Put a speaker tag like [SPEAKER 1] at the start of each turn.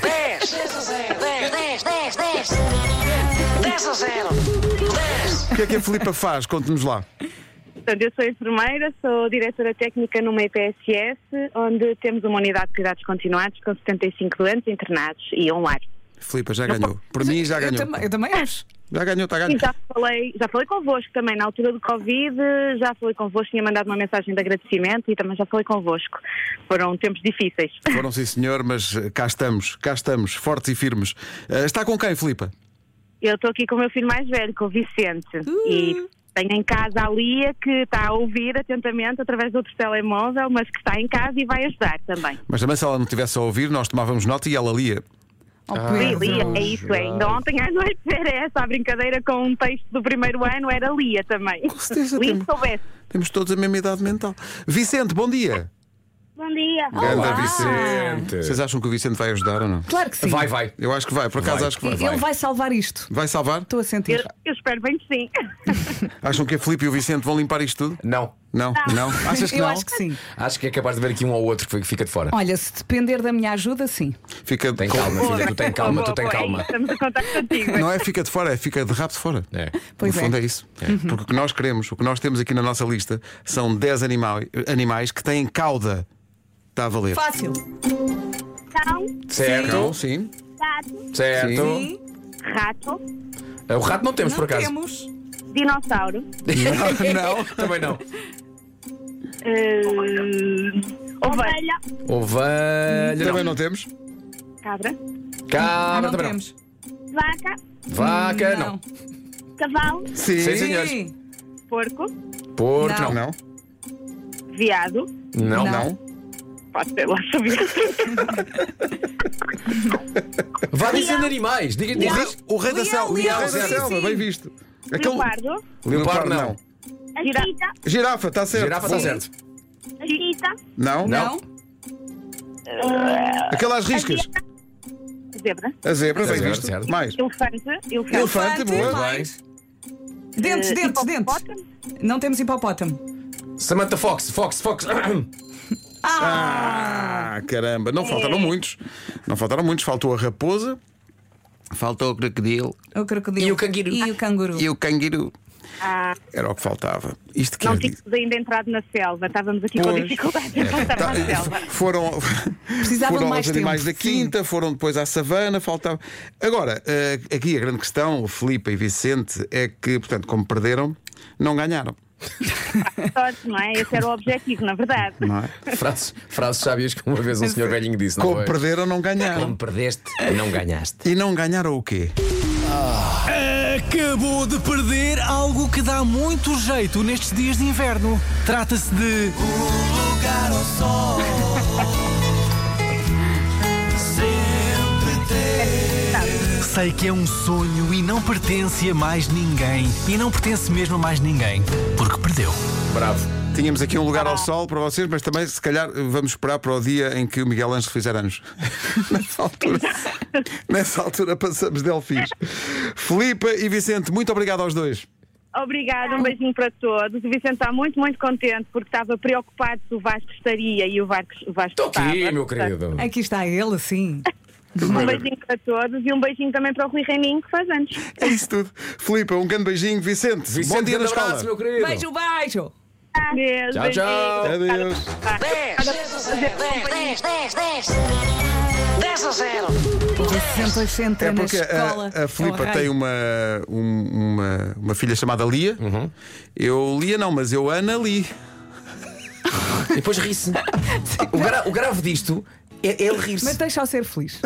[SPEAKER 1] 10, 10 a 0. 10, 10, 10, 10. 10 a 0. 10.
[SPEAKER 2] O que é que a Filipa faz? Conte-nos lá.
[SPEAKER 3] Portanto, eu sou enfermeira, sou diretora técnica numa IPSS, onde temos uma unidade de cuidados continuados com 75 doentes internados e um lar.
[SPEAKER 2] Filipa, já ganhou. Por mim, já
[SPEAKER 4] Eu
[SPEAKER 2] ganhou.
[SPEAKER 4] também, eu também acho.
[SPEAKER 2] Já ganhou, está
[SPEAKER 3] E
[SPEAKER 2] ganho.
[SPEAKER 3] já falei, já falei convosco também, na altura do Covid, já falei convosco, tinha mandado uma mensagem de agradecimento e também já falei convosco. Foram tempos difíceis.
[SPEAKER 2] Foram sim, senhor, mas eh, cá estamos, cá estamos, fortes e firmes. Eh, está com quem, Filipa?
[SPEAKER 3] Eu estou aqui com o meu filho mais velho, com o Vicente, e tenho em casa a Lia, que está a ouvir atentamente através do outro telemóvel, mas que está em casa e vai ajudar também.
[SPEAKER 2] Mas também se ela não tivesse a ouvir, nós tomávamos nota e ela lia.
[SPEAKER 4] Oh,
[SPEAKER 3] Sim,
[SPEAKER 4] Pedro.
[SPEAKER 3] Lia, é isso, é. Ainda ontem à noite era essa a brincadeira com um texto do primeiro ano, era Lia também. Com
[SPEAKER 2] certeza,
[SPEAKER 3] Lia
[SPEAKER 2] temos-
[SPEAKER 3] se soubesse.
[SPEAKER 2] Temos todos a mesma idade mental. Vicente, bom dia.
[SPEAKER 3] Bom dia.
[SPEAKER 2] Ganda Vocês
[SPEAKER 5] Vicente.
[SPEAKER 2] acham que o Vicente vai ajudar ou não?
[SPEAKER 4] Claro que sim.
[SPEAKER 5] Vai, vai.
[SPEAKER 2] Eu acho que vai, por acaso
[SPEAKER 5] Vai.
[SPEAKER 2] acho que vai.
[SPEAKER 4] Ele vai salvar isto.
[SPEAKER 2] Vai salvar?
[SPEAKER 4] Estou a sentir.
[SPEAKER 3] Eu espero bem que sim.
[SPEAKER 2] Acham que a Filipe e o Vicente vão limpar isto tudo?
[SPEAKER 5] Não.
[SPEAKER 2] Não, não. Achas que
[SPEAKER 4] eu
[SPEAKER 2] não?
[SPEAKER 4] acho que sim.
[SPEAKER 5] Acho que é capaz de ver aqui um ao outro que fica de fora.
[SPEAKER 4] Olha, se depender da minha ajuda, sim.
[SPEAKER 2] Fica de
[SPEAKER 5] Tem
[SPEAKER 2] fora.
[SPEAKER 5] calma, filha. Tu tem calma, tu tem
[SPEAKER 3] Boa, boa,
[SPEAKER 5] calma.
[SPEAKER 3] Estamos a contar contigo.
[SPEAKER 2] Não é fica de fora, é fica de rabo de fora.
[SPEAKER 5] É.
[SPEAKER 4] Pois
[SPEAKER 2] no
[SPEAKER 4] é.
[SPEAKER 2] fundo é, isso. Porque o que nós queremos, o que nós temos aqui na nossa lista, são 10 animal- animais que têm cauda. Está a valer.
[SPEAKER 4] Fácil.
[SPEAKER 3] Cão,
[SPEAKER 5] Certo,
[SPEAKER 2] Cão, sim.
[SPEAKER 3] gato,
[SPEAKER 5] certo.
[SPEAKER 4] Sim.
[SPEAKER 3] rato,
[SPEAKER 5] O rato não temos,
[SPEAKER 4] Não
[SPEAKER 5] por acaso.
[SPEAKER 4] temos.
[SPEAKER 3] dinossauro,
[SPEAKER 2] Não.
[SPEAKER 5] Também não.
[SPEAKER 3] eh, ovelha,
[SPEAKER 5] Ovelha.
[SPEAKER 2] Também não temos.
[SPEAKER 3] cabra,
[SPEAKER 4] Ah,
[SPEAKER 5] Cabra
[SPEAKER 4] não
[SPEAKER 5] também
[SPEAKER 4] temos.
[SPEAKER 3] vaca,
[SPEAKER 5] não. Vaca, não.
[SPEAKER 3] cavalo,
[SPEAKER 2] Sim.
[SPEAKER 5] Sim, sim. senhores.
[SPEAKER 4] Sim.
[SPEAKER 3] porco,
[SPEAKER 5] Porco,
[SPEAKER 4] Não.
[SPEAKER 5] não.
[SPEAKER 2] Não,
[SPEAKER 3] veado.
[SPEAKER 5] Não.
[SPEAKER 2] não.
[SPEAKER 3] Pode ser lá subir.
[SPEAKER 5] Vá dizendo animais. Diga, diz,
[SPEAKER 2] Diz, O rei da
[SPEAKER 4] Leão,
[SPEAKER 2] selva. O rei
[SPEAKER 4] leão,
[SPEAKER 2] da
[SPEAKER 5] sim,
[SPEAKER 2] selva,
[SPEAKER 4] sim.
[SPEAKER 2] bem visto. Aquele-
[SPEAKER 3] Leopardo,
[SPEAKER 2] Leopardo,
[SPEAKER 5] Leopardo,
[SPEAKER 2] não.
[SPEAKER 5] não.
[SPEAKER 3] gira-
[SPEAKER 2] Girafa, está certo.
[SPEAKER 5] Girafa está
[SPEAKER 2] Bom.
[SPEAKER 5] certo.
[SPEAKER 3] chita,
[SPEAKER 2] Não.
[SPEAKER 4] Não.
[SPEAKER 2] Aquela às riscas.
[SPEAKER 3] eh, zebra,
[SPEAKER 2] A zebra,
[SPEAKER 5] Está
[SPEAKER 2] bem
[SPEAKER 5] certo,
[SPEAKER 2] visto.
[SPEAKER 5] certo.
[SPEAKER 2] Mais.
[SPEAKER 3] elefante, elefante.
[SPEAKER 2] Elefante, boa.
[SPEAKER 4] mais. Dentes,
[SPEAKER 3] eh,
[SPEAKER 4] dentes, dentes.
[SPEAKER 3] hipopótamo.
[SPEAKER 4] Não temos hipopótamo.
[SPEAKER 5] Samantha Fox, Fox, Fox.
[SPEAKER 2] Ah, caramba. Não faltaram muitos. Não faltaram muitos. Faltou a raposa. Faltou o crocodilo.
[SPEAKER 4] O crocodilo.
[SPEAKER 5] E o canguru.
[SPEAKER 4] E o canguru.
[SPEAKER 2] E o canguiru.
[SPEAKER 3] Ah,
[SPEAKER 2] Era o que é faltava. Isto quer
[SPEAKER 3] não
[SPEAKER 2] dizer.
[SPEAKER 3] tínhamos ainda entrado na selva, estávamos aqui com
[SPEAKER 2] Pois.
[SPEAKER 3] dificuldades em voltar
[SPEAKER 2] Tá,
[SPEAKER 3] para a selva.
[SPEAKER 2] foram
[SPEAKER 4] Precisavam
[SPEAKER 2] foram
[SPEAKER 4] de mais
[SPEAKER 2] aos animais
[SPEAKER 4] tempo,
[SPEAKER 2] da quinta, foram depois à savana, faltava. Agora, eh, aqui a grande questão, o Filipe e Vicente, é que, portanto, como perderam, não ganharam.
[SPEAKER 3] Sorte, não é? Esse era o objetivo, na verdade.
[SPEAKER 2] Não é?
[SPEAKER 5] frases, frases sábias que uma vez um senhor velhinho disse. Não
[SPEAKER 2] Como
[SPEAKER 5] foi?
[SPEAKER 2] perderam, não ganharam.
[SPEAKER 5] Como perdeste, não ganhaste.
[SPEAKER 2] E não ganharam o quê?
[SPEAKER 6] Acabou de perder algo que dá muito jeito nestes dias de inverno. Trata-se de. Um lugar ao sol. Sei que é um sonho e não pertence a mais ninguém. E não pertence mesmo a mais ninguém. Porque perdeu.
[SPEAKER 5] Bravo.
[SPEAKER 2] Tínhamos aqui um lugar
[SPEAKER 4] Ah.
[SPEAKER 2] ao sol para vocês, mas também, se calhar, vamos esperar para o dia em que o Miguel Ângelo fizer anos. nessa, altura, nessa altura passamos delfins. Filipe e Vicente, muito obrigado aos dois.
[SPEAKER 3] Obrigada, um beijinho para todos. O Vicente está muito, muito contente porque estava preocupado se o Vasco estaria e o Vasco, o Vasco
[SPEAKER 5] Estou
[SPEAKER 3] estava.
[SPEAKER 5] aqui, meu querido.
[SPEAKER 4] Aqui está ele, sim.
[SPEAKER 3] Um beijinho para todos e um beijinho também para o Rui Reininho, que faz anos.
[SPEAKER 2] É isso tudo. Filipe, um grande beijinho. Vicente, bom
[SPEAKER 5] Vicente,
[SPEAKER 2] dia na
[SPEAKER 5] grande
[SPEAKER 2] escola.
[SPEAKER 5] abraço, um. meu querido.
[SPEAKER 4] Beijo, beijo.
[SPEAKER 3] Beijo,
[SPEAKER 5] Tchau,
[SPEAKER 3] beijinho.
[SPEAKER 5] tchau.
[SPEAKER 2] Adeus.
[SPEAKER 1] 10, 10 a 0. 10, 10, 10. 10 a 0.
[SPEAKER 4] Sempre
[SPEAKER 2] É
[SPEAKER 4] centra na
[SPEAKER 2] porque
[SPEAKER 4] escola.
[SPEAKER 2] a, a Filipa
[SPEAKER 4] É o
[SPEAKER 2] tem
[SPEAKER 4] rei.
[SPEAKER 2] uma, um- uma, uma filha chamada Lia. Eu Lia não, mas eu Ana Li.
[SPEAKER 5] E depois ri-se. O, gra- o grave disto é é ele rir-se.
[SPEAKER 4] Mas deixa-o ser feliz.